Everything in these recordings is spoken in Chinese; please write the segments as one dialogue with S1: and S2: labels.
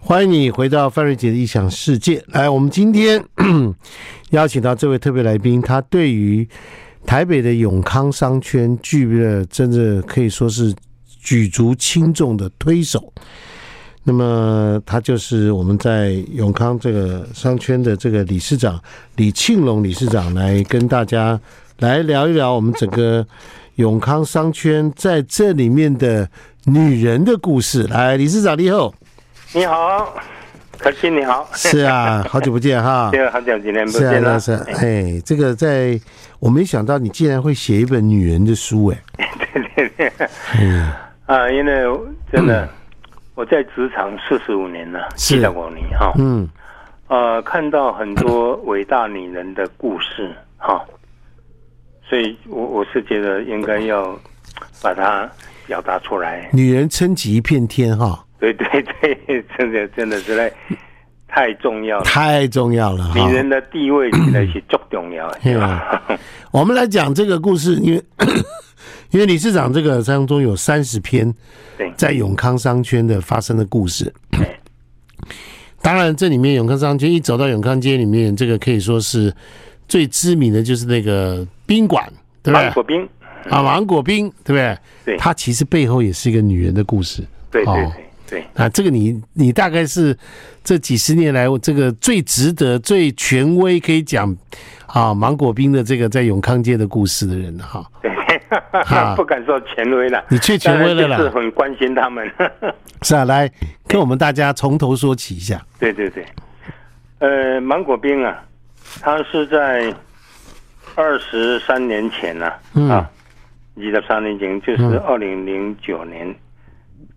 S1: 欢迎你回到范瑞杰的异想世界。来，我们今天 邀请到这位特别来宾，他对于台北的永康商圈具备了真的可以说是举足轻重的推手。那么，他就是我们在永康这个商圈的这个理事长李庆龙理事长，来跟大家来聊一聊我们整个永康商圈在这里面的女人的故事。来，理事长，你好。
S2: 你好，可心你好，
S1: 是 啊，好久不见哈。
S2: 这个好久今天不
S1: 是
S2: 见
S1: 啊，
S2: 了，
S1: 是啊，哎，这个在我没想到你竟然会写一本女人的书，哎，
S2: 啊，因为真的、我在职场四十五年了，
S1: 是
S2: 记得我你哈，
S1: 嗯，
S2: 呃，看到很多伟大女人的故事哈，所以我我是觉得应该要把它表达出来，
S1: 女人撑起一片天哈，
S2: 对对对，真的真的实在太重要了，
S1: 太重要了哈
S2: 女。人的地位起来是足重要的，
S1: 对啊我们来讲这个故事，因为 因为理事长这个当中有三十篇
S2: 对
S1: 在永康商圈的发生的故 事。
S2: 哎
S1: 当然，这里面永康商圈一走到永康街里面，这个可以说是最知名的就是那个宾馆，对不对
S2: 芒？果冰，
S1: 啊，芒果冰，对不对？
S2: 嗯对
S1: 它其实背后也是一个女人的故事。
S2: 对对
S1: 哦
S2: 对对。
S1: 啊，这个你你大概是这几十年来这个最值得、最权威可以讲啊芒果冰的这个在永康街的故事的人哈、啊
S2: 不敢说权威了，
S1: 你去权威了啦
S2: 当然就是很关心他们。
S1: 是啊，来跟我们大家从头说起一下。
S2: 对对对，呃，芒果冰啊，它是在二十三年前呢、
S1: 嗯
S2: 啊，二十三年前就是二零零九年，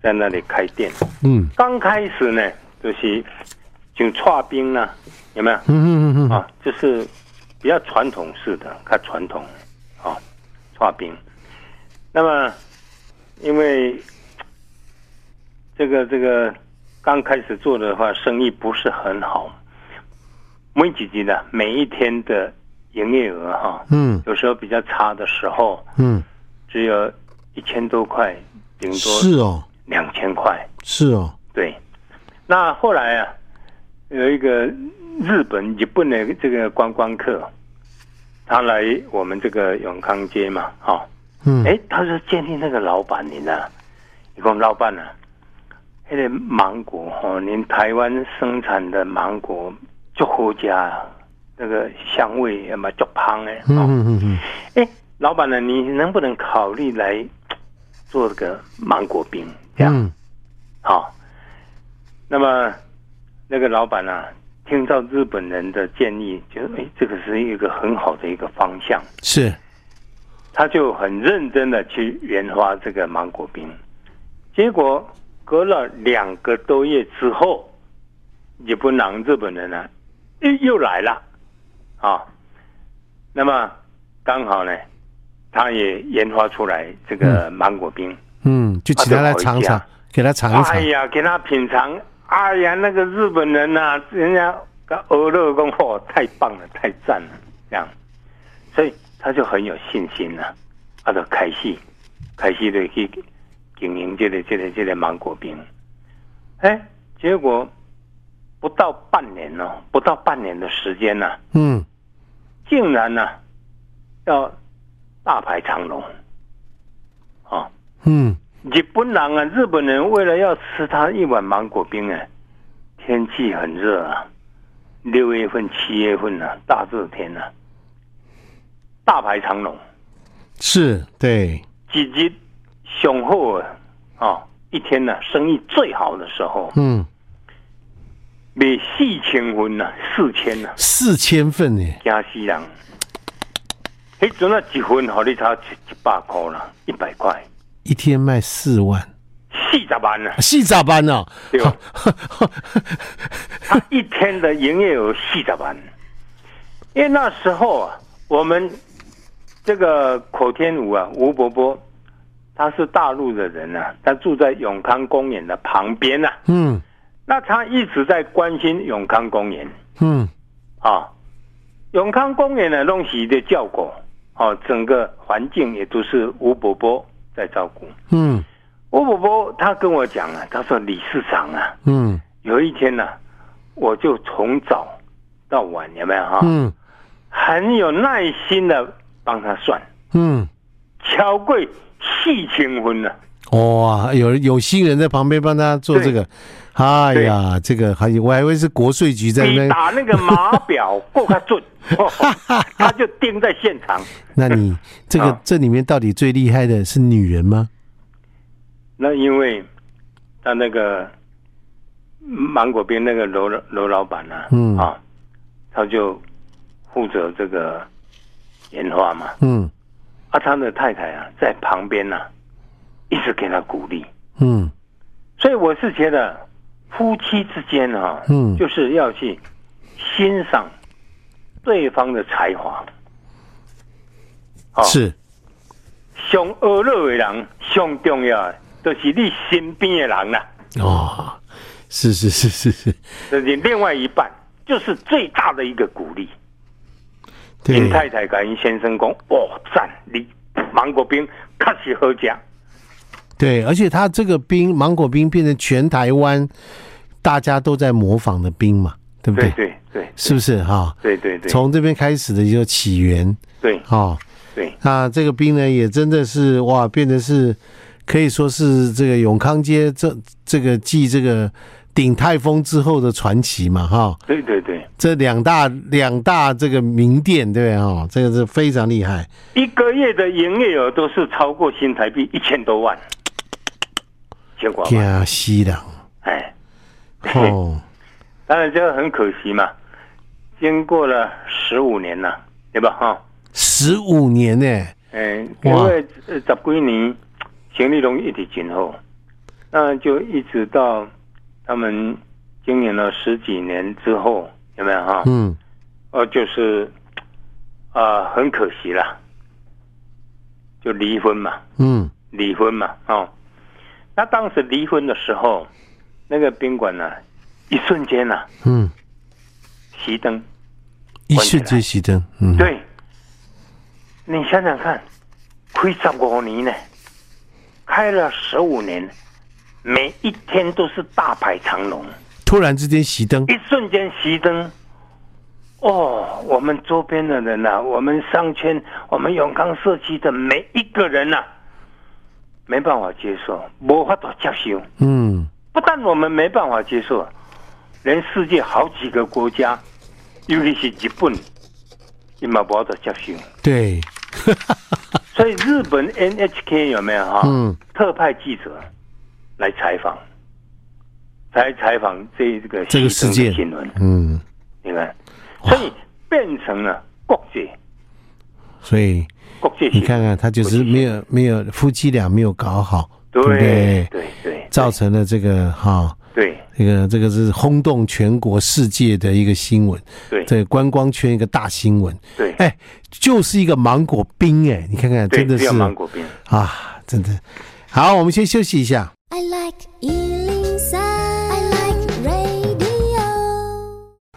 S2: 在那里开店。
S1: 嗯
S2: 刚开始呢，就是就刨冰呢、有没有？
S1: 嗯嗯嗯嗯，
S2: 啊，就是比较传统式的，看传统啊，刨冰。那么，因为这个这个刚开始做的话，生意不是很好，每几集的每一天的营业额哈、
S1: 嗯
S2: 有时候比较差的时候，
S1: 嗯，
S2: 只有一千多块，顶多
S1: 是哦，
S2: 两千块。
S1: 是哦，
S2: 对，那后来啊，有一个日本日本的这个观光客，他来我们这个永康街嘛，哈、哦，
S1: 嗯，
S2: 哎，他说建议那个老板，你呢，你讲老板啊，那个芒果哦，您台湾生产的芒果足好吃啊，那个香味也嘛足香的，
S1: 嗯
S2: 哦，
S1: 嗯嗯嗯，
S2: 哎，老板呢，你能不能考虑来做个芒果冰这样？
S1: 嗯
S2: 好，那么那个老板啊，听到日本人的建议，觉得哎，这个是一个很好的一个方向，
S1: 是，
S2: 他就很认真的去研发这个芒果冰。结果隔了两个多月之后，日本人日本人呢、啊，又又来了，啊，那么刚好呢，他也研发出来这个芒果冰。
S1: 嗯，就请他来
S2: 啊
S1: 尝尝，给他尝一尝
S2: 哎。呀，给他品尝，哎呀，那个日本人呐、人家跟俄勒工货太棒了，太赞了，这样，所以他就很有信心了、他就开始，开始的去经营这个、这个、这个芒果冰，哎，结果不到半年哦，不到半年的时间呢、
S1: 嗯，
S2: 竟然呢、要大排长龙，啊、
S1: 嗯，
S2: 日本人啊，日本人为了要吃他一碗芒果冰啊，天气很热啊，六月份、七月份啊，大热天啊，大排长龙，
S1: 是对，
S2: 几日雄厚啊，哦，一天呢、生意最好的时候，
S1: 嗯，
S2: 每四千分呐、四千呐、
S1: 四千份呢，
S2: 惊死人！迄阵啊，一分互你差一一百块啦，一百块，
S1: 一天卖四万。
S2: 四十万啊呐、
S1: 细咋班哦，
S2: 对吧？他一天的营业额四十万，因为那时候啊，我们这个口天吴啊，吴伯伯，他是大陆的人呐、他住在永康公园的旁边呐、
S1: 嗯
S2: 那他一直在关心永康公园
S1: 嗯
S2: 啊，永康公园的东西的效果哦，整个环境也都是吴伯伯在照顾。
S1: 嗯
S2: 吴伯伯他跟我讲啊，他说理事长啊，
S1: 嗯
S2: 有一天呢、我就从早到晚，有没有哈、
S1: 嗯
S2: 很有耐心的帮他算，
S1: 嗯，
S2: 敲柜细清分啊了、
S1: 哇、有有心人在旁边帮他做这个，哎呀，这个还以我还以为是国税局在那
S2: 比
S1: 边，
S2: 打那个码表够他 准、哦他就盯在现场。
S1: 那 你这个
S2: 啊
S1: 这里面到底最厉害的是女人吗？
S2: 那因为他那个芒果边那个楼楼老板呢、啊，
S1: 嗯
S2: 啊，他就负责这个研发嘛，
S1: 嗯
S2: 啊，他的太太啊在旁边呢、一直给他鼓励，
S1: 嗯
S2: 所以我是觉得夫妻之间啊，
S1: 嗯
S2: 就是要去欣赏对方的才华。哦
S1: 是
S2: 上恶乐的人，上重要的就是你身边的人啦、啊
S1: 哦，是是是是是，
S2: 这你另外一半就是最大的一个鼓励。林
S1: 对，
S2: 太太跟林先生讲：“哇，赞！你芒果冰确实好吃。
S1: 对，而且他这个冰芒果冰变成全台湾大家都在模仿的冰嘛，对”不对？
S2: 对对对
S1: 是不是哈？
S2: 对对对
S1: 从这边开始的就起源
S2: 对
S1: 哦。
S2: 对，
S1: 那这个冰呢，也真的是哇，变得是可以说是这个永康街这这个继这个鼎泰丰之后的传奇嘛哈、
S2: 对对对，
S1: 这两大两大这个名店对不对哈、这个是非常厉害，
S2: 一个月的营业额都是超过新台币一千多万，结果嘛
S1: 加西 郎
S2: 哎，
S1: 哦，
S2: 当然这很可惜嘛。经过了十五年了，对吧？哈、
S1: 十五年呢、
S2: 嗯，因
S1: 哇
S2: 为呃十几年行李拢一直今后，那就一直到他们经营了十几年之后，有没有哈？
S1: 嗯，
S2: 呃，就是啊、呃很可惜啦，就离婚嘛，
S1: 嗯
S2: 离婚嘛，哦。那当时离婚的时候，那个宾馆呢、一瞬间呐、
S1: 嗯，
S2: 熄灯。
S1: 一瞬间熄灯，嗯，
S2: 对，你想想看，开十五年呢，开了十五年，每一天都是大排长龙，
S1: 突然之间熄灯，
S2: 一瞬间熄灯。哦，我们周边的人呐、啊我们商圈，我们永康社区的每一个人呐、没办法接受，无法度接受。
S1: 嗯，
S2: 不但我们没办法接受，啊连世界好几个国家，尤其是日本，也没办法接受。
S1: 对，
S2: 所以日本 NHK 有没有哈、
S1: 嗯
S2: 特派记者来采访，来采访这这个
S1: 这个
S2: 牺牲
S1: 事
S2: 的
S1: 件
S2: 新闻，，
S1: 嗯，
S2: 你看，所以变成了国际
S1: 所以
S2: 国际
S1: 你
S2: 新闻，
S1: 看看，他就是没有没有夫妻俩没有搞好，对不
S2: 对
S1: 对？
S2: 对对
S1: 造成了这个哈，
S2: 对
S1: 这个这个是轰动全国世界的一个新闻，
S2: 对
S1: 这个观光圈一个大新闻。
S2: 对，
S1: 哎，就是一个芒果冰哎，你看看，
S2: 对
S1: 真的
S2: 不要
S1: 是
S2: 芒果冰。
S1: 啊，真的。好，我们先休息一下。
S3: I like Ealing Sound. I like radio.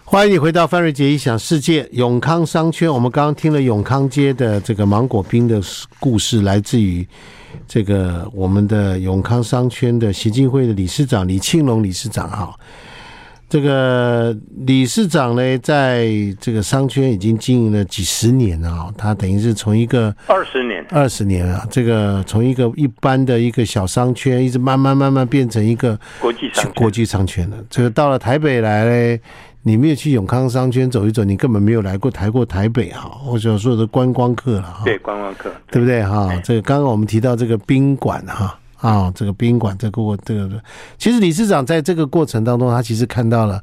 S1: 欢迎你回到范瑞杰一想世界永康商圈。我们刚刚听了永康街的这个芒果冰的故事，来自于这个我们的永康商圈的协进会的理事长李庆龙理事长哈。这个理事长呢，在这个商圈已经经营了几十年了啊，他等于是从一个
S2: 二十年，
S1: 二十年啊，这个从一个一般的一个小商圈，一直慢慢慢慢变成一个
S2: 国际商圈
S1: 国际商圈了。这个到了台北来嘞，你没有去永康商圈走一走，你根本没有来过台过台北哈，或者说的观光客了啊哈，
S2: 对观光客，
S1: 对不对哈？这个刚刚我们提到这个宾馆哈。啊、这个宾馆，这个我这个，其实理事长在这个过程当中，他其实看到了，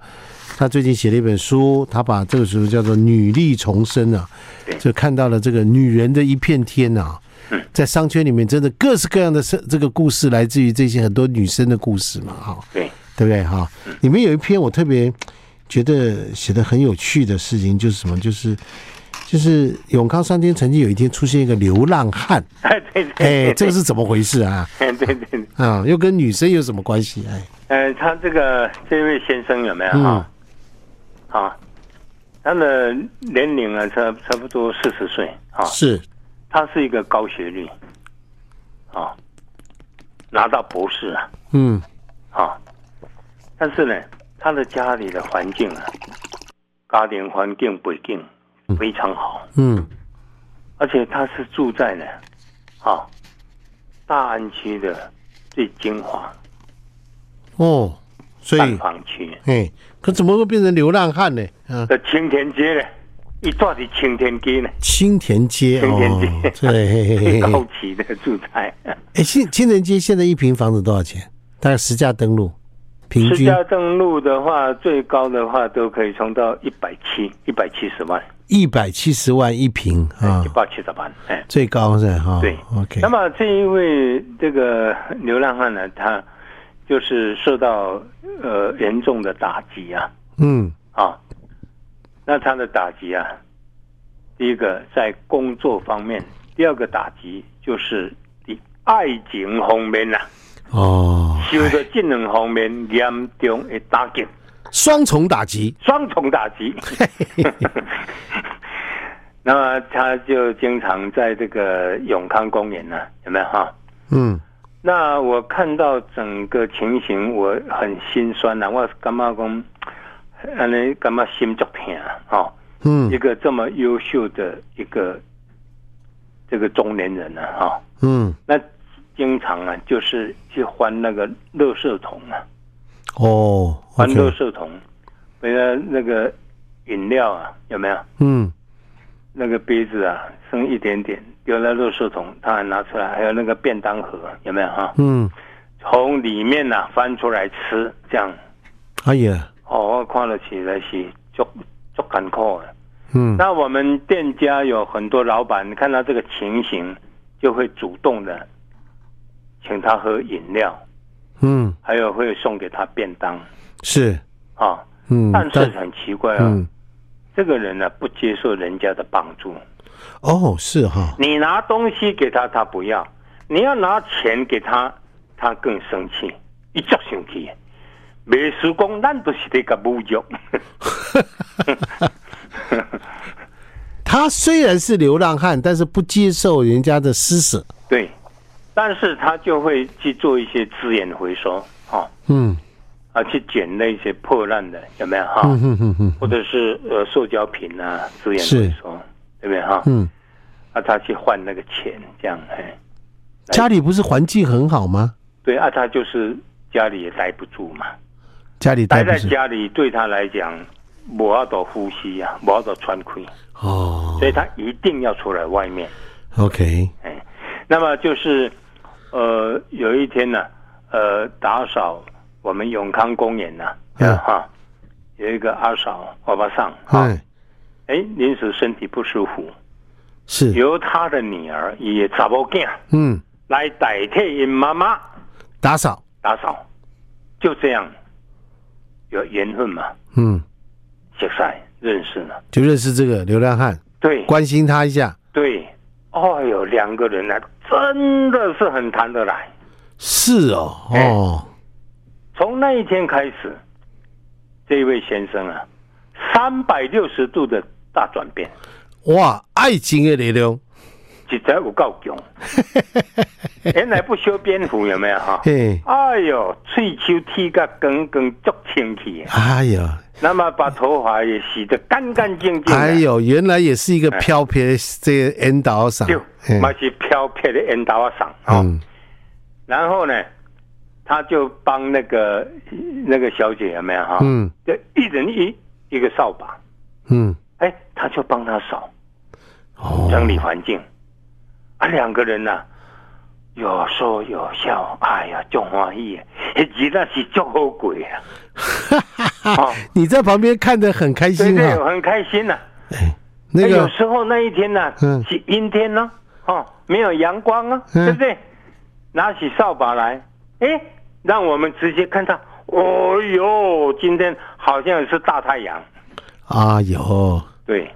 S1: 他最近写了一本书，他把这个书叫做《女力重生》啊，
S2: 对
S1: 就看到了这个女人的一片天啊
S2: 嗯，
S1: 在商圈里面，真的各式各样的生这个故事，来自于这些很多女生的故事嘛，哈、
S2: 对
S1: 对不对哈？里面有一篇我特别觉得写的很有趣的事情，就是什么？就是就是永康商圈曾经有一天出现一个流浪汉，
S2: 哎对对，
S1: 哎，这个是怎么回事啊？
S2: 对对对对，
S1: 啊，又跟女生有什么关系？哎，
S2: 呃，他这个这位先生有没有
S1: 嗯
S2: 哈？啊，他的年龄啊，差差不多四十岁啊，
S1: 是，
S2: 他是一个高学历，啊，拿到博士啊，
S1: 嗯
S2: 啊，但是呢，他的家里的环境啊，家庭环境背景非常好，
S1: 嗯
S2: 而且他是住在呢，啊，大安区的最精华
S1: 哦，所
S2: 蛋
S1: 以
S2: 黄区
S1: 哎，可怎么会变成流浪汉呢？啊，
S2: 的青田街呢，一住的青田街呢，
S1: 青田街
S2: 青田街
S1: 哦，对，嘿
S2: 最
S1: 嘿嘿
S2: 高
S1: 嘿
S2: 级的住宅，
S1: 哎，青青田街现在一平房子多少钱？大概实价登录，平
S2: 私
S1: 均
S2: 家登录的话，最高的话都可以冲到一百七一百七十万，
S1: 一百七十万一平啊
S2: 一，百七十万，哎。
S1: 最高是哈。
S2: 对
S1: ，OK，
S2: 那么这一位这个流浪汉呢，他就是受到呃严重的打击啊
S1: 嗯
S2: 啊。那他的打击啊，第一个在工作方面，第二个打击就是伫爱情方面啊啦、
S1: 哦，
S2: 受到这两方面严重的打击，
S1: 双重打击，
S2: 双重打击。那么他就经常在这个永康公园呢、有没有哈、
S1: 嗯
S2: 那我看到整个情形，我很心酸呐、我是感觉讲，安尼感觉心足疼啊！哦，一
S1: 嗯
S2: 个这么优秀的一个这个中年人呢、啊，哈、
S1: 嗯，
S2: 那经常啊，就是去翻那个垃圾桶啊，
S1: 哦
S2: 翻垃
S1: ，OK，
S2: 圾桶，为了那个饮料啊，有没有
S1: 嗯
S2: 那个杯子啊，剩一点点丢在垃圾桶，他还拿出来，还有那个便当盒，有没有哈、
S1: 嗯，
S2: 从里面呐、翻出来吃，这样
S1: 哎呀，
S2: 哦，我看了起来是足足坎坷的。
S1: 嗯
S2: 那我们店家有很多老板看到这个情形，就会主动的请他喝饮料，
S1: 嗯
S2: 还有会送给他便当
S1: 是，
S2: 啊。
S1: 嗯，
S2: 但是很奇怪啊，
S1: 嗯
S2: 这个人呢、不接受人家的帮助，
S1: 哦是哈，
S2: 你拿东西给他，他不要；你要拿钱给他，他更生气，一足生气。美术工，咱都是这个侮辱。
S1: 他虽然是流浪汉，但是不接受人家的施舍，
S2: 对，但是他就会去做一些资源回收，哦，
S1: 嗯
S2: 啊，去捡那些破烂的，有没有哈？
S1: 嗯哼哼哼，
S2: 或者是呃塑胶瓶啊，资源回收，对不对哈？
S1: 嗯，
S2: 啊，他去换那个钱，这样哎，
S1: 家里不是环境很好吗？
S2: 对啊，他就是家里也待不住嘛，
S1: 家里待不
S2: 待在
S1: 住
S2: 家里对他来讲，无法度呼吸啊，无法度喘气，
S1: 哦
S2: 所以他一定要出来外面。
S1: ，OK，
S2: 哎，那么就是，呃，有一天呢、呃，打扫我们永康公园呢、
S1: 嗯
S2: 哈，有一个阿嫂欧巴桑，哈，
S1: 哎
S2: 哎，临时身体不舒服，
S1: 是，
S2: 由他的女儿也查某囝
S1: 嗯，
S2: 来代替因妈妈
S1: 打扫，
S2: 打扫，就这样，有缘分嘛，
S1: 嗯，
S2: 熟识认识了，
S1: 就认识这个流浪汉，
S2: 对
S1: 关心他一下，
S2: 对，哦哟，两个人呢、真的是很谈得来。
S1: 是哦，
S2: 哎
S1: 哦，
S2: 从那一天开始，这位先生啊，三百六十度的大转变，
S1: 哇，爱情的力量，
S2: 实在有够强。原来不修边幅有没有哈？
S1: 嘿，
S2: 哎呦，喙手剃甲光光足清气的，
S1: 哎呀。
S2: 那么把头发也洗得干干净净的。
S1: 哎呦，原来也是一个飘撇这个 N 导赏
S2: 就，
S1: 嗯
S2: 嘛是飘撇的烟头啊上哦。
S1: 嗯
S2: 然后呢，他就帮那个那个小姐有没有哈？
S1: 嗯
S2: 就一人一一个扫把，
S1: 嗯，
S2: 哎，他就帮她扫。整
S1: 哦，
S2: 理环境，啊，两个人呐、有说有笑，哎呀，足欢喜的，迄日啊是足好过啊， 哦，
S1: 你在旁边看得很开
S2: 对
S1: 心
S2: 对，
S1: 哈。
S2: 很开心呐、啊。
S1: 哎，那
S2: 有
S1: 个
S2: 时候那一天呢、
S1: 嗯
S2: 是阴天呢、哦，没有阳光啊，
S1: 嗯
S2: 对不对？拿起扫把来，哎，让我们直接看到，哦哟，今天好像是大太阳，
S1: 啊有
S2: 对，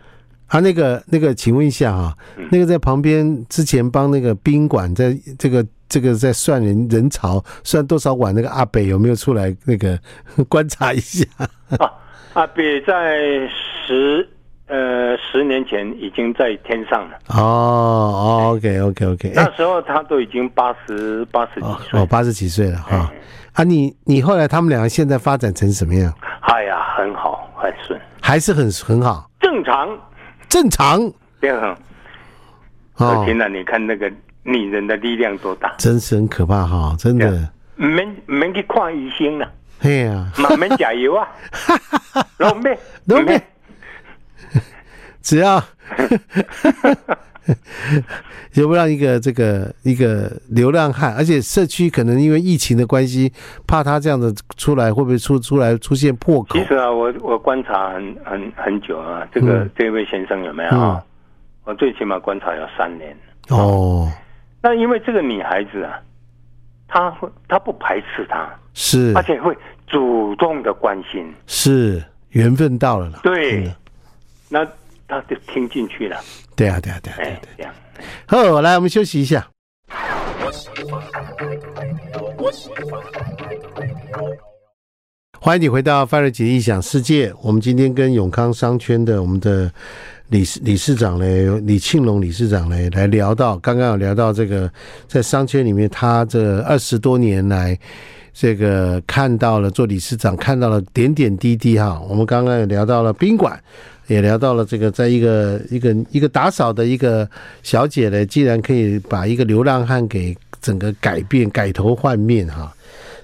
S1: 啊，那个那个，请问一下啊，那个在旁边之前帮那个宾馆在这个这个在算人人潮算多少碗，那个阿北有没有出来那个 观察一下？
S2: 啊，阿北在十呃十年前已经在天上了，
S1: 哦，OK OK OK，
S2: 那时候他都已经八十八十几
S1: 哦
S2: 岁
S1: 哦，
S2: 了，
S1: 八十几岁了哈。啊，你你后来他们两个现在发展成什么样？
S2: 哎呀，很好，很顺，
S1: 还是很很好，
S2: 正常，
S1: 正常
S2: 这样。
S1: 哦
S2: 可，天呐，你看那个女人的力量多大，
S1: 真是很可怕哈、真的，
S2: 没没去看医生啊，
S1: 嘿呀、
S2: 嘛免加油啊， 老妹，
S1: 老妹只 要有不让一个这个一个流浪汉，而且社区可能因为疫情的关系，怕他这样子出来会不会出出来出现破口
S2: 其？实啊，我我观察很很很久啊，这个、
S1: 嗯
S2: 这位先生有没有
S1: 嗯
S2: 啊？我最起码观察有三年。
S1: 哦，
S2: 那因为这个女孩子啊，她会她不排斥他，
S1: 是
S2: 而且会主动的关心，
S1: 是，缘分到了啦。真
S2: 对
S1: 的，
S2: 那她就听进去了，
S1: 对啊，对啊，对啊，对啊
S2: 哎。，这样。
S1: 好，来，我们休息一下。欢迎你回到范瑞杰异想世界。我们今天跟永康商圈的我们的理事理事长嘞，李庆龙理事长嘞，来聊到刚刚有聊到这个在商圈里面，他这二十多年来这个看到了做理事长看到了点点滴滴哈。我们刚刚也聊到了宾馆，也聊到了这个，在一个一个一个打扫的一个小姐呢，竟然可以把一个流浪汉给整个改变改头换面哈。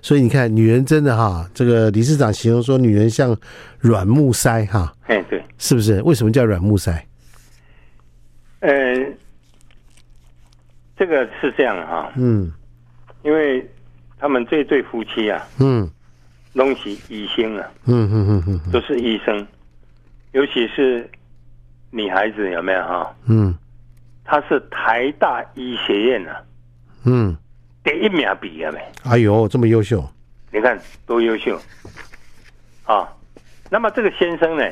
S1: 所以你看，女人真的哈，这个理事长形容说，女人像软木塞哈，
S2: 哎，对，
S1: 是不是？为什么叫软木塞？
S2: 呃，这个是这样啊，
S1: 嗯
S2: 因为他们这对夫妻啊，
S1: 嗯
S2: 拢是医生啊，
S1: 嗯嗯嗯嗯
S2: 都是医生，尤其是女孩子有没有哈、
S1: 嗯
S2: 她是台大医学院啊
S1: 嗯，
S2: 第一名毕业的，
S1: 哎呦，这么优秀，
S2: 你看多优秀啊！那么这个先生呢，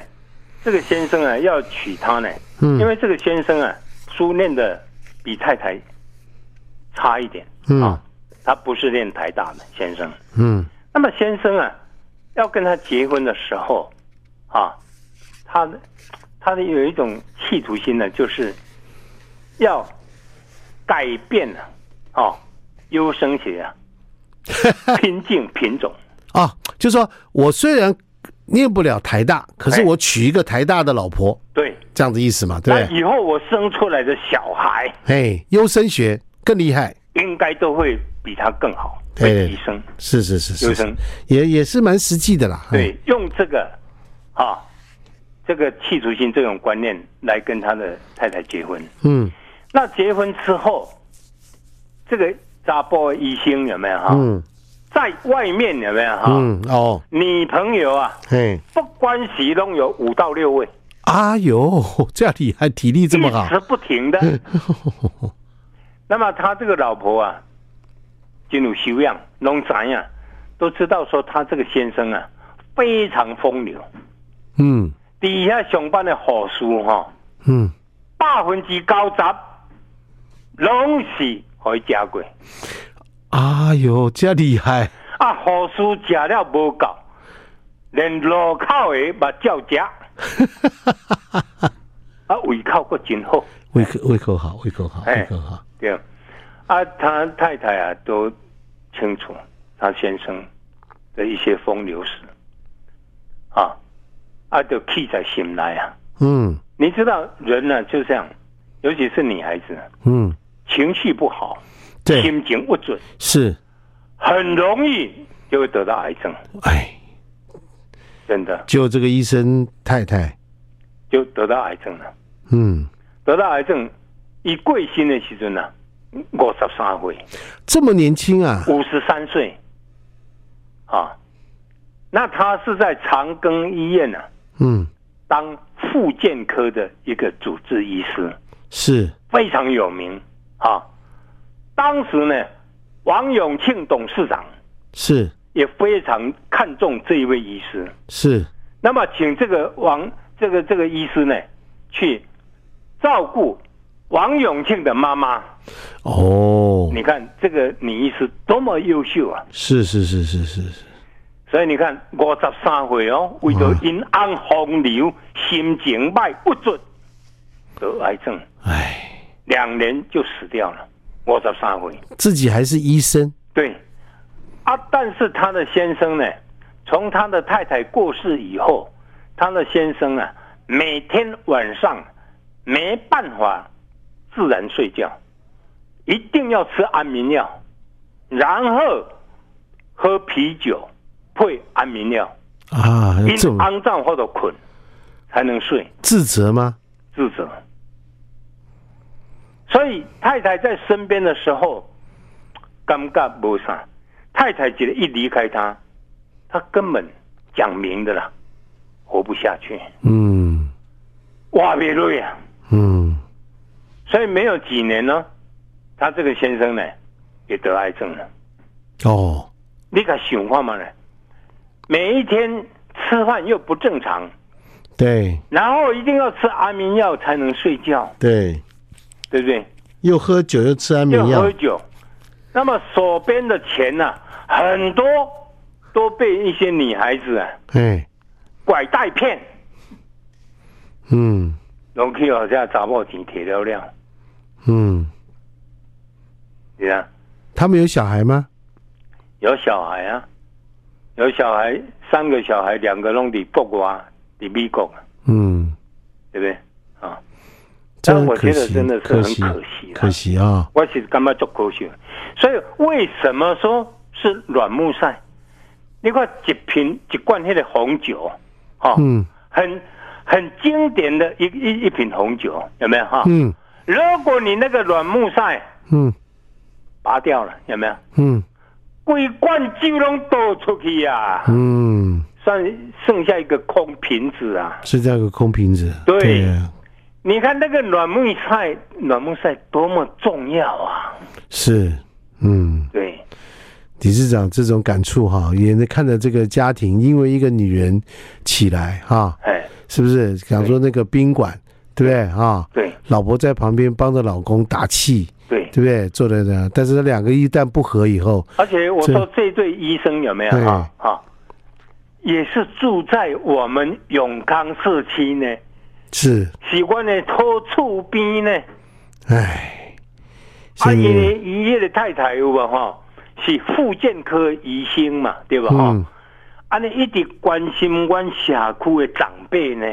S2: 这个先生啊要娶她呢，
S1: 嗯
S2: 因为这个先生啊书念的比太太差一点
S1: 嗯
S2: 啊，他不是念台大的先生。
S1: 嗯
S2: 那么先生啊，要跟他结婚的时候，啊，他的他的有一种企图心呢，就是要改变啊，哦，优生学啊，拼进品种，
S1: 啊，就说我虽然念不了台大，可是
S2: 哎
S1: 我娶一个台大的老婆，
S2: 对，
S1: 这样的意思嘛，对
S2: 那
S1: 不对？
S2: 以后我生出来的小孩
S1: 哎，优生学更厉害。
S2: 应该都会比他更好，
S1: 对嗯
S2: 会提升，
S1: 是是是
S2: 优
S1: 是
S2: 生
S1: 是，也也是蛮实际的啦。
S2: 对，用这个啊，这个企图心这种观念来跟他的太太结婚，
S1: 嗯，
S2: 那结婚之后，这个查甫的医生有没有哈？
S1: 嗯
S2: 在外面有没有哈？
S1: 嗯嗯哦，
S2: 女朋友啊，
S1: 嘿，
S2: 不关系拢有五到六位，
S1: 哎呦， 这样厉害，体力这么好
S2: 一， 直不停的。 那么他这个老婆啊，真有修养，拢知啊，都知道说他这个先生啊非常风流，
S1: 嗯
S2: 底下上班的护士哈、
S1: 嗯，
S2: 百分之九十拢是可以吃过。
S1: 哎呦，这样厉害，
S2: 啊，护士食了无够，连路口的嘛照食， 啊，胃口阁真好，
S1: 胃口胃口好，胃口好，
S2: 哎
S1: 胃口好，
S2: 对。啊，他太太啊都清楚他先生的一些风流史，啊，啊，都记在心内啊。
S1: 嗯
S2: 你知道人呢、就这样，尤其是女孩子，
S1: 嗯，
S2: 情绪不好，
S1: 对，
S2: 心情不准，
S1: 是，
S2: 很容易就会得到癌症，
S1: 哎，
S2: 真的
S1: 就这个医生太太，
S2: 就得到癌症了。
S1: 嗯，
S2: 得到癌症，伊过身的时阵啊，五十三岁，
S1: 这么年轻啊，
S2: 五十三岁，啊，那他是在长庚医院呢、啊、
S1: 嗯，
S2: 当复健科的一个主治医师，
S1: 是，
S2: 非常有名啊。当时呢，王永庆董事长
S1: 是
S2: 也非常看重这一位医师，
S1: 是，
S2: 那么请这个王这个这个医师呢去照顾王永庆的妈妈。
S1: 哦，
S2: 你看这个女医师多么优秀啊！
S1: 是是是是是是，
S2: 所以你看五十三岁哦，为了因翁风流，心情歹不准，得癌症，
S1: 哎，
S2: 两年就死掉了，五十三岁。
S1: 自己还是医生，
S2: 对，啊，但是她的先生呢，从他的太太过世以后，他的先生啊，每天晚上没办法自然睡觉，一定要吃安眠药，然后喝啤酒配安眠药，
S1: 啊，有
S2: 因
S1: 这种
S2: 肮脏或者困才能睡。
S1: 自责吗？
S2: 自责。所以太太在身边的时候，尴尬无啥。太太觉得一离开他，他根本讲明的啦，活不下去，
S1: 嗯
S2: 哇，别累啊！
S1: 嗯，
S2: 所以没有几年呢，他这个先生呢，也得癌症了。
S1: 哦，
S2: 你敢想看嘛呢？每一天吃饭又不正常，
S1: 对
S2: 然后一定要吃安眠药才能睡觉，
S1: 对，
S2: 对不对？
S1: 又喝酒又吃安
S2: 又
S1: 眠药
S2: 喝，酒，那么手边的钱呢、很多都被一些女孩子啊
S1: 哎，
S2: 拐带骗，
S1: 嗯
S2: 拢去好像查某钱摕了了，
S1: 嗯，
S2: 你看
S1: 他们有小孩吗？
S2: 有小孩啊，有小孩，三个小孩，两个拢伫国外，伫美国，啊
S1: 嗯，
S2: 对不对？啊，
S1: 这
S2: 但
S1: 很
S2: 我
S1: 可
S2: 觉得
S1: 惜，
S2: 真的是
S1: 可
S2: 很
S1: 惜，
S2: 可惜啦
S1: 可惜啊、
S2: 我是感觉足可惜。所以为什么说是软木塞？你看一瓶一罐迄个红酒，哈、
S1: 嗯
S2: 很很经典的一一一瓶红酒，有没有哈？
S1: 嗯
S2: 如果你那个软木塞
S1: 嗯
S2: 拔掉了，有没有？
S1: 嗯
S2: 规罐酒拢倒出去呀、啊，
S1: 嗯，
S2: 算剩下一个空瓶子啊。
S1: 是这样一个空瓶子，
S2: 对
S1: 啊
S2: 你看那个软木塞，软木塞多么重要啊！
S1: 是，嗯，
S2: 对，
S1: 理事长这种感触哈，也能看着这个家庭因为一个女人起来哈，
S2: 哎，
S1: 是不是？想说那个宾馆，对不对啊？
S2: 对
S1: 老婆在旁边帮着老公打气，
S2: 对，
S1: 对不对？做的呢，但是两个一旦不和以后，
S2: 而且我说这对医生有没有
S1: 对
S2: 啊？啊，也是住在我们永康市区呢，
S1: 是，
S2: 习惯呢偷厝边呢。
S1: 唉，
S2: 啊，
S1: 现
S2: 因
S1: 在
S2: 为伊迄个太太有无吼，是妇健科医生嘛，对吧吼？
S1: 嗯
S2: 安尼一直关心阮社区的长辈呢，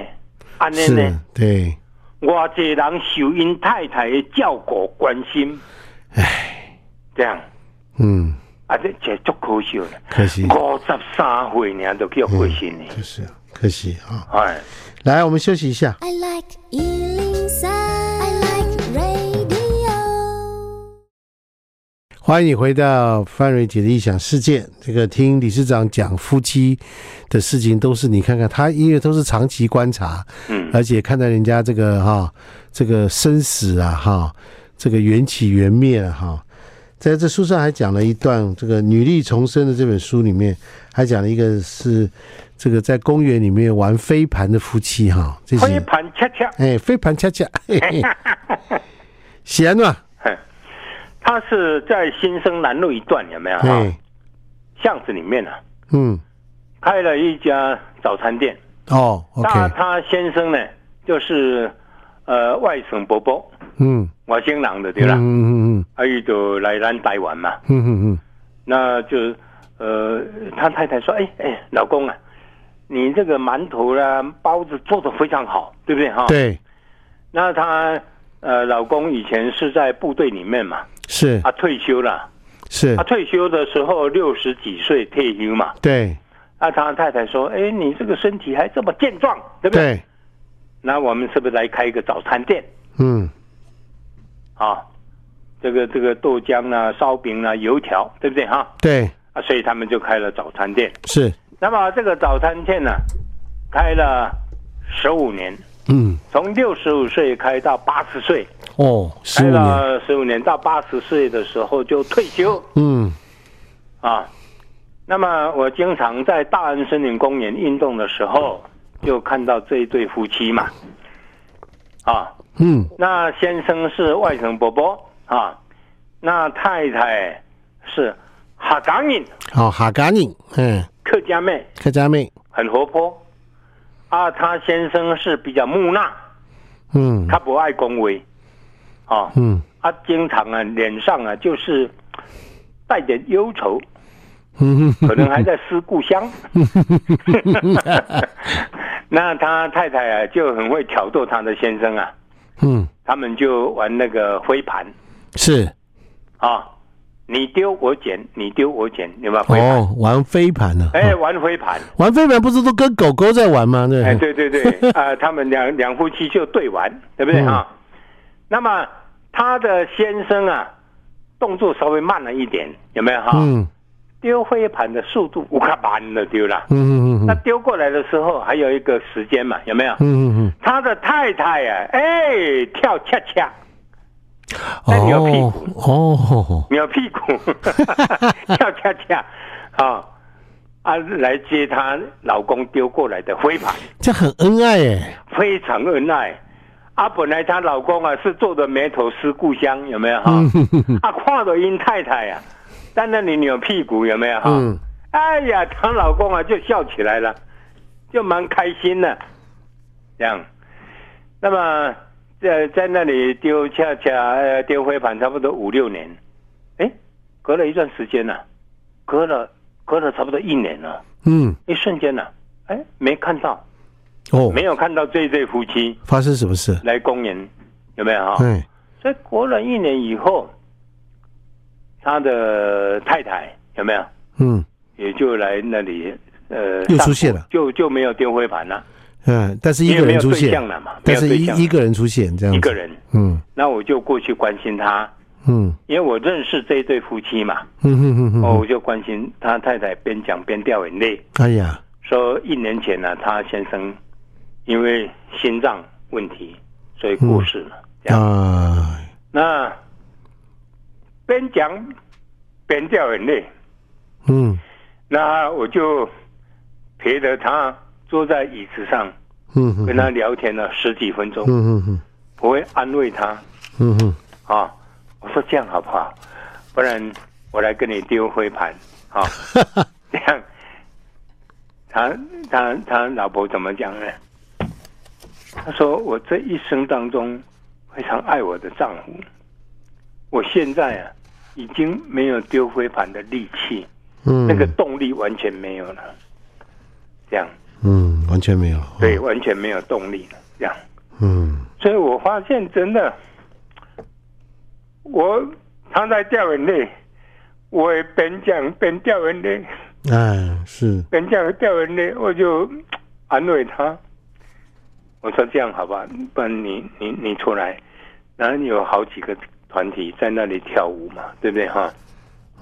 S2: 安尼
S1: 是
S2: 呢，，
S1: 对，
S2: 偌济人受因太太的照顾关心，唉，这样
S1: 嗯，
S2: 啊，这这足可惜了，
S1: 可惜，
S2: 五十三岁呢都叫过身呢，
S1: 就是可惜啊。
S2: 哎、
S1: 来，我们休息一下。
S3: I like Ealing Sound. I like radio.
S1: 欢迎你回到范瑞杰的异想世界。这个听理事长讲夫妻的事情，都是你看看他，因为都是长期观察，
S2: 嗯，
S1: 而且看到人家这个哈、这个生死啊哈、这个缘起缘灭啊哈、在这书上还讲了一段，这个《女力重生》的这本书里面，还讲了一个是这个在公园里面玩飞盘的夫妻哈、这
S2: 推
S1: 是
S2: 盘恰恰。
S1: 哎飞盘恰恰，嘿嘿喜安啊，
S2: 嘿他是在新生南路一段有没有？啊
S1: 哎，
S2: 巷子里面啊，
S1: 嗯，
S2: 开了一家早餐店。
S1: 哦
S2: 那
S1: ，OK，
S2: 他先生呢，就是呃外省伯伯，
S1: 嗯。
S2: 外省人的对啦，
S1: 嗯嗯
S2: 啊伊就来咱台湾嘛，
S1: 嗯嗯嗯
S2: 那就呃他太太说，哎哎，老公啊，你这个馒头啦、包子做的非常好，对不对
S1: 嗯，。
S2: 哈？
S1: 对，
S2: 那他呃老公以前是在部队里面嘛，
S1: 是
S2: 啊退休了，
S1: 是
S2: 他、，退休的时候六十几岁退休嘛，
S1: 对
S2: 啊他太太说，哎你这个身体还这么健壮，对不对？
S1: 对，
S2: 那我们是不是来开一个早餐店？
S1: 嗯
S2: 啊，这个这个豆浆啊、烧饼啊、油条，对不对哈？
S1: 对
S2: 啊，所以他们就开了早餐店。
S1: 是，
S2: 那么这个早餐店呢、开了十五年，
S1: 嗯
S2: 从六十五岁开到八十岁，
S1: 哦，十
S2: 开
S1: 五年，
S2: 了十五年到八十岁的时候就退休
S1: 嗯
S2: 啊。那么我经常在大安森林公园运动的时候，就看到这一对夫妻嘛，啊，
S1: 嗯
S2: 那先生是外省伯伯啊，那太太是哈港人
S1: 好哈嘎宁，嗯，
S2: 客家妹，
S1: 客家妹，
S2: 很活泼。啊，他先生是比较木讷，
S1: 嗯
S2: 他不爱恭维，啊，
S1: 嗯
S2: 他经常啊脸上啊就是带点忧愁，
S1: 嗯
S2: 可能还在思故乡。 那他太太啊就很会挑逗他的先生啊，
S1: 嗯，
S2: 他们就玩那个挥盘
S1: 是
S2: 啊，你丢我捡，你丢我捡，有没有挥盘？
S1: 哦，玩飞盘呢、
S2: 哎、
S1: 哦
S2: 玩挥盘，
S1: 玩飞盘不是都跟狗狗在玩吗？ 对，
S2: 哎，对对对，啊、他们两两夫妻就对玩，对不对
S1: 嗯
S2: 啊？那么他的先生啊，动作稍微慢了一点，有没有哈？
S1: 嗯
S2: 丢挥盘的速 度我看慢了丢了。
S1: 嗯嗯嗯
S2: 那
S1: 嗯
S2: 丢过来的时候还有一个时间嘛，有没有？
S1: 嗯嗯
S2: 他的太太啊，哎，跳恰恰，
S1: 嗯，
S2: 那你要屁
S1: 哦
S2: 股
S1: 哦，
S2: 扭屁 股，跳恰恰，啊啊，来接她老公丢过来的挥盘，
S1: 这很恩爱哎，
S2: 非常恩爱。啊，本来她老公啊是皱着眉头思故乡，有没有哈？
S1: 嗯
S2: 啊，跨着因太太啊，在那里扭屁股，有没有哈？
S1: 嗯
S2: 哎呀，她老公啊就笑起来了，就蛮开心的，这样。那么在在那里丢恰恰呃丢灰盘，差不多五六年，哎，隔了一段时间了、啊隔了隔了差不多一年了，
S1: 嗯
S2: 一瞬间呢、哎，没看到，
S1: 哦，
S2: 没有啊看到这一对夫妻
S1: 发生什么事？
S2: 来公园，有没有哈、
S1: 哎，
S2: 所以过了一年以后，他的太太有没有？
S1: 嗯
S2: 也就来那里，呃，
S1: 又出现了
S2: 上就就没有丢灰盘了，
S1: 嗯，但是一
S2: 因为
S1: 个
S2: 没
S1: 人
S2: 有
S1: 出
S2: 对
S1: 现，
S2: 象了嘛，没
S1: 但
S2: 有
S1: 是
S2: 对
S1: 一
S2: 象，
S1: 一个人出现这样子，
S2: 一个，人，
S1: 嗯
S2: 那我就过去关心他，
S1: 嗯
S2: 因为我认识这一对夫妻嘛，
S1: 嗯嗯嗯嗯，
S2: 哦，我就关心他太太，边讲边掉眼泪，
S1: 哎呀，
S2: 说一年前呢、他先生因为心脏问题，所以过世了，这样，
S1: 啊，
S2: 那边讲边掉眼泪，
S1: 嗯
S2: 那我就陪着他坐在椅子上。
S1: 嗯嗯
S2: 跟他聊天了十几分钟，
S1: 嗯嗯
S2: 我会安慰他
S1: 嗯嗯，
S2: 啊，我说这样好不好？不然我来跟你丢灰盘啊，这样。他他他老婆怎么讲呢？他说我这一生当中非常爱我的丈夫，我现在啊已经没有丢灰盘的力气，
S1: 嗯，
S2: 那个动力完全没有了，这样
S1: 嗯完全没有，
S2: 对，，完全没有动力了，这样。
S1: 嗯
S2: 所以我发现真的，我常在掉眼泪，我也边讲边掉眼泪，
S1: 哎是，
S2: 边讲掉眼泪，我就嗯安慰他，我说这样好吧，不然你你你出来，然后有好几个团体在那里跳舞嘛，对不对哈？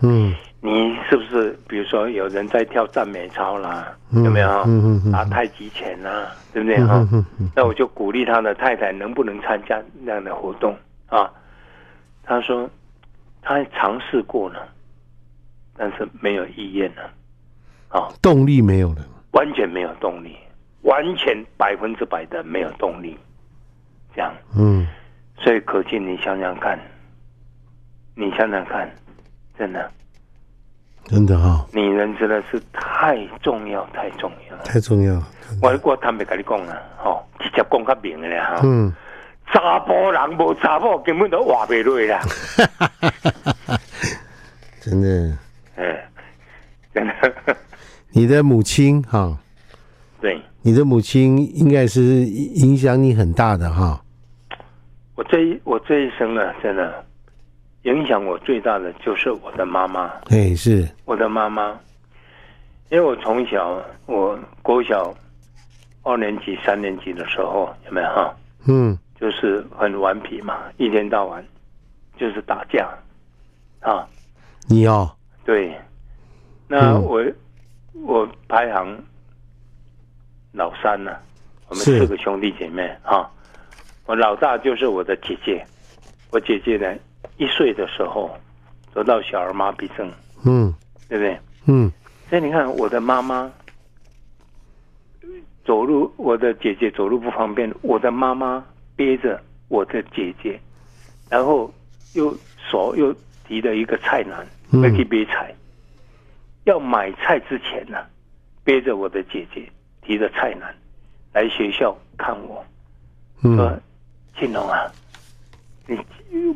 S1: 嗯
S2: 你是不是比如说有人在跳赞美操啦，
S1: 嗯
S2: 有没有哈？
S1: 嗯嗯嗯
S2: 打太极拳啦，对不对啊哈？
S1: 嗯嗯嗯
S2: 那我就鼓励他的太太能不能参加那样的活动啊？他说他尝试过了，但是没有意愿了，啊，
S1: 动力没有了，
S2: 完全没有动力，完全百分之百的没有动力，这样。
S1: 嗯
S2: 所以可见你想想看，你想想看，真的，
S1: 真的哈
S2: 女人真的是太重要，太重要了。
S1: 太重要了，
S2: 我我坦白跟你讲啊，吼、直接讲较明了哈。
S1: 嗯
S2: 查甫人无查某根本都活袂落 啦。
S1: 真的，
S2: 嗯，真的，
S1: 你的母亲哈，
S2: 对
S1: 你的母亲应该是影响你很大的哈，
S2: 我这一我这一生啊，真的影响我最大的就是我的妈妈，
S1: 哎是，
S2: 我的妈妈，因为我从小我国小二年级、三年级的时候有没有哈，
S1: 嗯
S2: 就是很顽皮嘛，一天到晚就是打架啊，
S1: 你哦，
S2: 对，那
S1: 嗯
S2: 我、我排行老三呢、我们
S1: 是
S2: 四个兄弟姐妹啊，我老大就是我的姐姐，我姐姐呢一岁的时候得到小儿麻痹症，
S1: 嗯
S2: 对不对？
S1: 嗯
S2: 所以你看我的妈妈走路，我的姐姐走路不方便，我的妈妈背着我的姐姐，然后又手又提了一个菜篮，
S1: 嗯
S2: 要去背菜。要买菜之前呢、背着我的姐姐提着菜篮来学校看我，说
S1: 嗯，：“
S2: 庆龙呃啊，你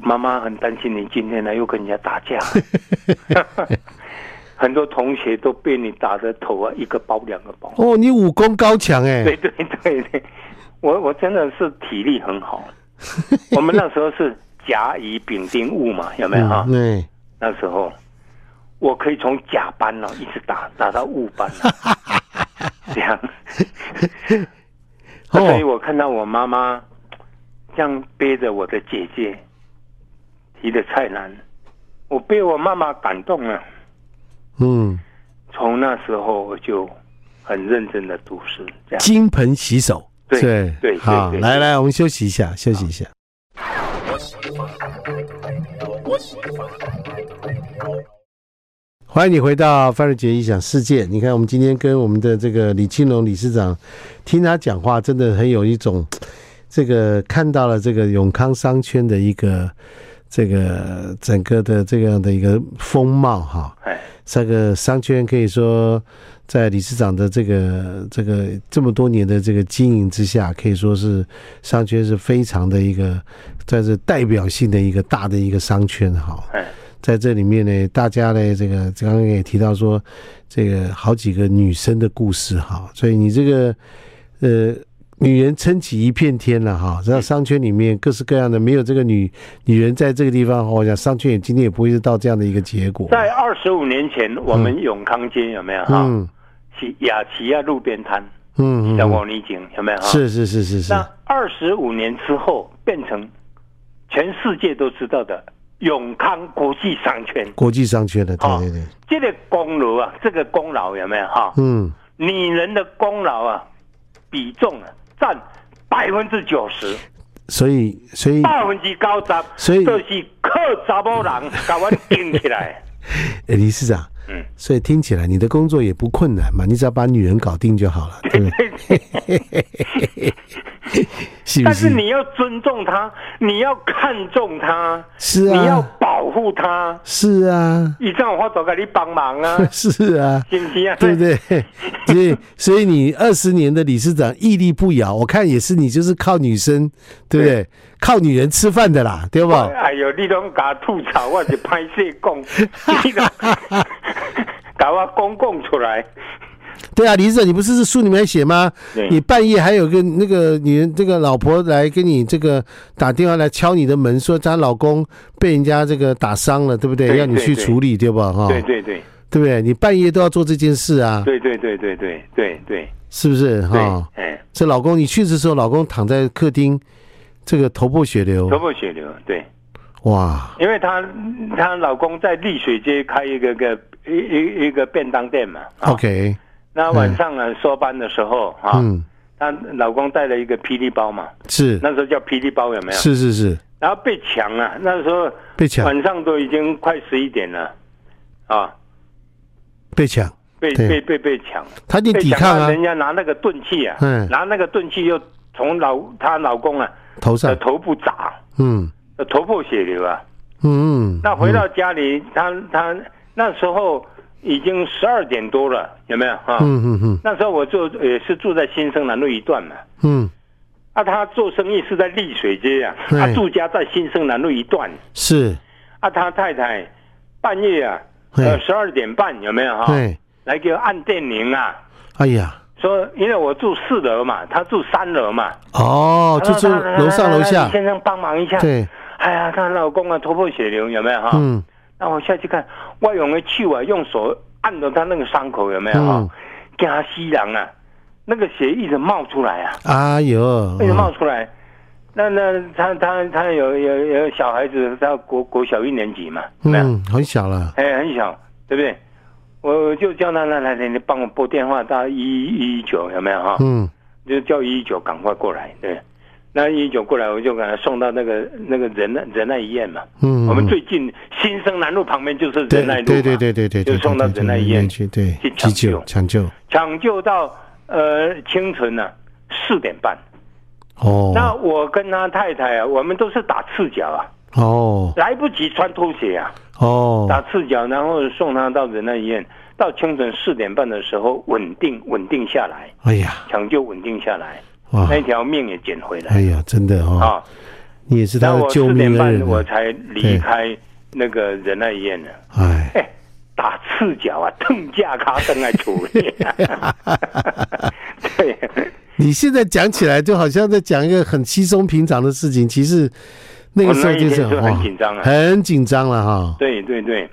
S2: 妈妈很担心你今天呢又跟人家打架。”很多同学都被你打的头啊一个包两个包。
S1: 哦，你武功高强哎、
S2: 对对对对，我我真的是体力很好。我们那时候是甲乙丙丁戊嘛，有没有啊？
S1: 嗯，对，
S2: 那时候我可以从甲班呢、一直打打到戊班、啊， 这样。所以
S1: 哦，
S2: 我看到我妈妈这样背着我的姐姐提着菜篮，我被我妈妈感动了。
S1: 嗯，
S2: 从那时候我就很认真的读书，这样。
S1: 金盆洗手，
S2: 对对对
S1: 好，
S2: 对
S1: 来来，我们休息一下，休息一下。欢迎你回到范瑞杰异想世界。你看，我们今天跟我们的这个李青龙理事长听他讲话，真的很有一种这个看到了这个永康商圈的一个这个整个的这样的一个风貌哈。
S2: 哎，
S1: 这个商圈可以说，在理事长的这个这个这么多年的这个经营之下，可以说是商圈是非常的一个，算是代表性的一个大的一个商圈哈。
S2: 哎，
S1: 在这里面呢，大家呢，这个刚刚也提到说，这个好几个女生的故事哈，所以你这个呃，女人撑起一片天了哈。在商圈里面，各式各样的，没有这个女女人在这个地方，我想商圈也今天也不会是到这样的一个结果。
S2: 在二十五年前，我们永康街有没有哈？
S1: 嗯
S2: 是雅琪亚路边摊，
S1: 嗯，嗯
S2: 小
S1: 嗯
S2: 王尼井有没有哈？。
S1: 是是是是是，
S2: 啊那二十五年之后，变成全世界都知道的永康国际商圈，
S1: 国际商圈的，对
S2: 哦
S1: 对对，
S2: 这个功劳啊，这个功劳有没有哈？
S1: 嗯，
S2: 女人的功劳啊，比重啊占百分之九十，
S1: 所以所以
S2: 百分之九十，
S1: 嗯所以
S2: 就是靠查某人把我顶起来。
S1: 诶理事哎长，
S2: 嗯，
S1: 所以听起来你的工作也不困难嘛，你只要把女人搞定就好了，对不对？ 是不
S2: 但是
S1: 是？
S2: 你要尊重她，你要看重她，
S1: 是
S2: 你要
S1: 啊，
S2: 保护她。
S1: 是啊，
S2: 以上我都给你帮 忙啊，
S1: 是啊。
S2: 是不是啊？
S1: 对不对？ 所以，所以你二十年的理事长屹立不摇，我看也是你就是靠女生，对不对？靠女人吃饭的啦，对不？
S2: 哎呦，你拢甲吐槽，我是歹势 讲，你拢 甲我公共出来，
S1: 对啊，李志，你不是书里面写吗
S2: 对？
S1: 你半夜还有个那个女人，这个老婆来跟你这个打电话来敲你的门，说她老公被人家这个打伤了，对不对？
S2: 对
S1: 要你去处理，对吧？哈，
S2: 对对对
S1: 对不对？你半夜都要做这件事啊，
S2: 对对对对对对对
S1: 是不是？
S2: 对
S1: 哈，，
S2: 哎，
S1: 这老公你去的时候，老公躺在客厅，这个头破血流
S2: 头，破血流，对，
S1: 哇，
S2: 因为她她老公在丽水街开一个个一一一个便当店嘛啊
S1: OK，
S2: 那晚上呢收班的时候啊，
S1: 嗯，
S2: 她老公带了一个霹雳包嘛，
S1: 是
S2: 那时候叫霹雳包有没有？
S1: 是是是，
S2: 然后被抢了、那时候
S1: 被抢
S2: 晚上都已经快十一点了，啊，
S1: 被抢，
S2: 被
S1: 对
S2: 被被被抢。
S1: 她一定
S2: 被
S1: 抵
S2: 抢
S1: 抗
S2: 到
S1: 啊，
S2: 人家拿那个钝器啊，
S1: 嗯
S2: 拿那个钝器又从老她老公啊
S1: 头
S2: 的
S1: 上，
S2: 头部砸，
S1: 嗯
S2: 头破血流啊。
S1: 嗯嗯，
S2: 那回到家
S1: 嗯
S2: 里，她她那时候已经十二点多了，有没有啊？
S1: 嗯嗯嗯
S2: 那时候我就也是住在新生南路一段嘛。
S1: 嗯，
S2: 啊，她做生意是在丽水街啊，
S1: 对
S2: 她住家在新生南路一段。
S1: 是，
S2: 啊，她太太半夜啊，
S1: 对
S2: 呃，十二点半有没有哈、
S1: 对。
S2: 来给我按电铃啊，
S1: 哎呀，
S2: 说因为我住四楼嘛，她住三楼嘛。
S1: 哦，就
S2: 他
S1: 住
S2: 说来来来
S1: 楼上楼
S2: 啊来来
S1: 下
S2: 李，先生帮忙一下。，
S1: 对，
S2: 哎呀，她老公啊头破血流，有没有哈？
S1: 嗯，
S2: 那我下去看，我用个手啊，用手按着他那个伤口，有没有哈
S1: 嗯？
S2: 给他吸氧啊，那个血一直冒出来啊，
S1: 哎呦，
S2: 一直冒出来。那那他他他有有有小孩子，他国国小一年级嘛，有没有？
S1: 嗯，很小了，
S2: 哎，很小，对不对？我就叫他来来来，你帮我拨电话到一一一九，有没有哈？
S1: 嗯，
S2: 就叫一一九赶快过来，对。那一九过来，我就给他送到那个那个仁爱仁爱医院嘛。
S1: 嗯
S2: 我们最近新生南路旁边就是
S1: 对
S2: 仁爱路嘛
S1: 对对对对对，
S2: 就
S1: 对
S2: 送到
S1: 对对
S2: 仁爱
S1: 对
S2: 医院
S1: 去，对
S2: 去，
S1: 急
S2: 抢
S1: 救
S2: 救
S1: 抢救，
S2: 抢救到呃清晨呢、啊、四点半。那
S1: 哦
S2: 我跟他太太啊，我们都是打赤脚啊，
S1: 哦
S2: 来不及穿拖鞋啊，打
S1: 哦，
S2: 赤脚，然后送他到仁爱医院。到清晨四点半的时候，稳定稳定下来，
S1: 哎呀，
S2: 抢救稳定下来，
S1: 哇
S2: 那，一条命也捡回来
S1: 哎呀，真的啊哦，
S2: 啊。
S1: 你也是
S2: 那
S1: 他的啊
S2: 我
S1: 救
S2: 四点
S1: 命恩
S2: 半我
S1: 人啊，
S2: 才离开那个仁爱医院呢。
S1: 哎，
S2: 哎，打赤脚啊，蹬架卡蹬来处理。啊 对，
S1: 你现在讲起来就好像在讲一个很稀松平常的事情，其实那个时候就是哦
S2: 我那一天是很紧张啊
S1: 很紧张了哈。
S2: 对对对，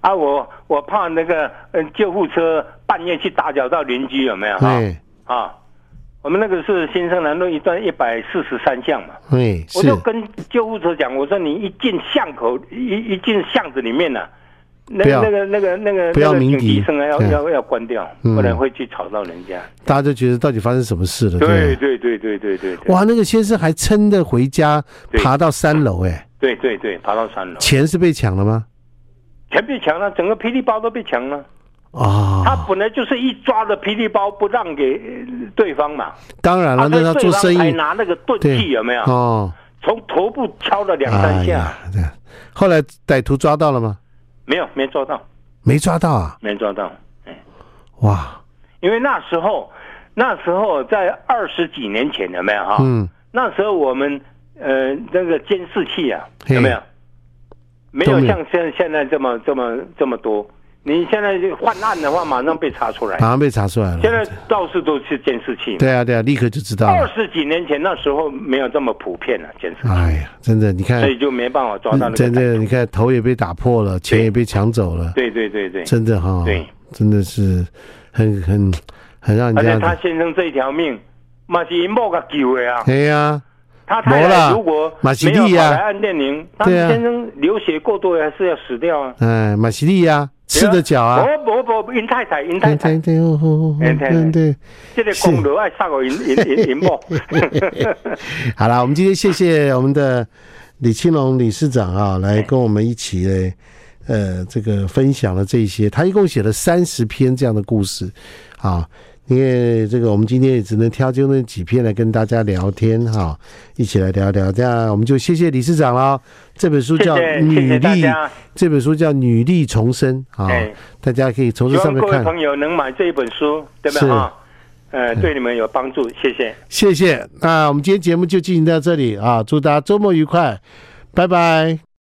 S2: 啊，我我怕那个嗯、救护车半夜去打搅到邻居有没有？哈
S1: 对，
S2: 啊，我们那个是新生南路一段一百四十三巷嘛，
S1: 对，
S2: 我就是跟救护车讲，我说你一进巷口，一一进巷子里面呢、那
S1: 不要
S2: 那个那个那个
S1: 不要
S2: 那个
S1: 鸣
S2: 警
S1: 笛
S2: 笛声啊，要
S1: 嗯
S2: 要要关掉，
S1: 嗯
S2: 不然会去吵到人家。
S1: 大家就觉得到底发生什么事了？
S2: 对
S1: 啊，
S2: 对对对对对对，
S1: 哇，那个先生还撑着回家，
S2: 对
S1: 爬到三楼，哎，
S2: 对对对，爬到三楼，
S1: 钱是被抢了吗？
S2: 全被抢了，整个霹雳包都被抢了。他
S1: 啊，
S2: 本来就是一抓了霹雳包不让给呃对方嘛，
S1: 当然了，
S2: 所
S1: 那
S2: 以
S1: 他
S2: 对
S1: 做
S2: 方
S1: 生
S2: 还
S1: 意
S2: 拿那个钝
S1: 对
S2: 器有没有？
S1: 哦，
S2: 从头部敲了两三
S1: 哎
S2: 下，
S1: 呀，对后来歹徒抓到了吗？
S2: 没有没抓到，
S1: 没抓到啊，
S2: 没抓到。哎
S1: 哇，
S2: 因为那时候，那时候在二十几年前有没有哈？
S1: 嗯，
S2: 那时候我们呃那个监视器啊
S1: 嘿
S2: 有没有？没
S1: 都
S2: 有
S1: 没有
S2: 像现现在这么这么这么多。你现在就犯案的话，马上被查出来。
S1: 马上被查出来
S2: 现
S1: 了。
S2: 在到处都是监视器。
S1: 啊对啊，对啊，立刻就知道
S2: 二
S1: 了。
S2: 十几年前那时候没有这么普遍了、监视器，
S1: 哎呀，真的，你看嗯
S2: 所，以就没办法抓到那个
S1: 真
S2: 歹
S1: 的，
S2: 徒。
S1: 你看头也被打破了，钱也被抢走了，
S2: 对对对对，
S1: 真的哈
S2: 对，
S1: 真的是很很很让
S2: 而且
S1: 人
S2: 他
S1: 家。
S2: 先生这一条命，嘛是因某个救的啊。
S1: 哎呀，
S2: 他太
S1: 没啦
S2: 太如果
S1: 马西
S2: 没有
S1: 利
S2: 跑
S1: 呀
S2: 来按电铃，他
S1: 对啊
S2: 先生流血过多还是要死掉啊。
S1: 哎，马西利呀，赤着脚啊，
S2: 不不不不，因太太，因太
S1: 对
S2: 太
S1: 对，对哦哦
S2: 哎
S1: 哦
S2: 太太
S1: 对对。
S2: 这个
S1: 是
S2: 功劳爱杀个 因因因因某。
S1: 好啦，我们今天谢谢我们的李青龙理事长啊，来跟我们一起嘞，呃，这个分享了这些，他一共写了三十篇这样的故事啊。因为这个，我们今天也只能挑就那几篇来跟大家聊天哈、一起来聊聊。这样我们就谢谢理事长了。这本书叫
S2: 谢谢
S1: 《
S2: 谢
S1: 女
S2: 谢
S1: 力
S2: 大》，家，
S1: 这本书叫《女力重生》啊
S2: 哎，
S1: 大家可以从
S2: 希
S1: 这上
S2: 望
S1: 面
S2: 各位
S1: 看。
S2: 朋友能买这一本书，对不
S1: 是
S2: 对啊？呃，对你们有帮助，谢谢。
S1: 谢谢。那我们今天节目就进行到这里啊，祝大家周末愉快，拜拜。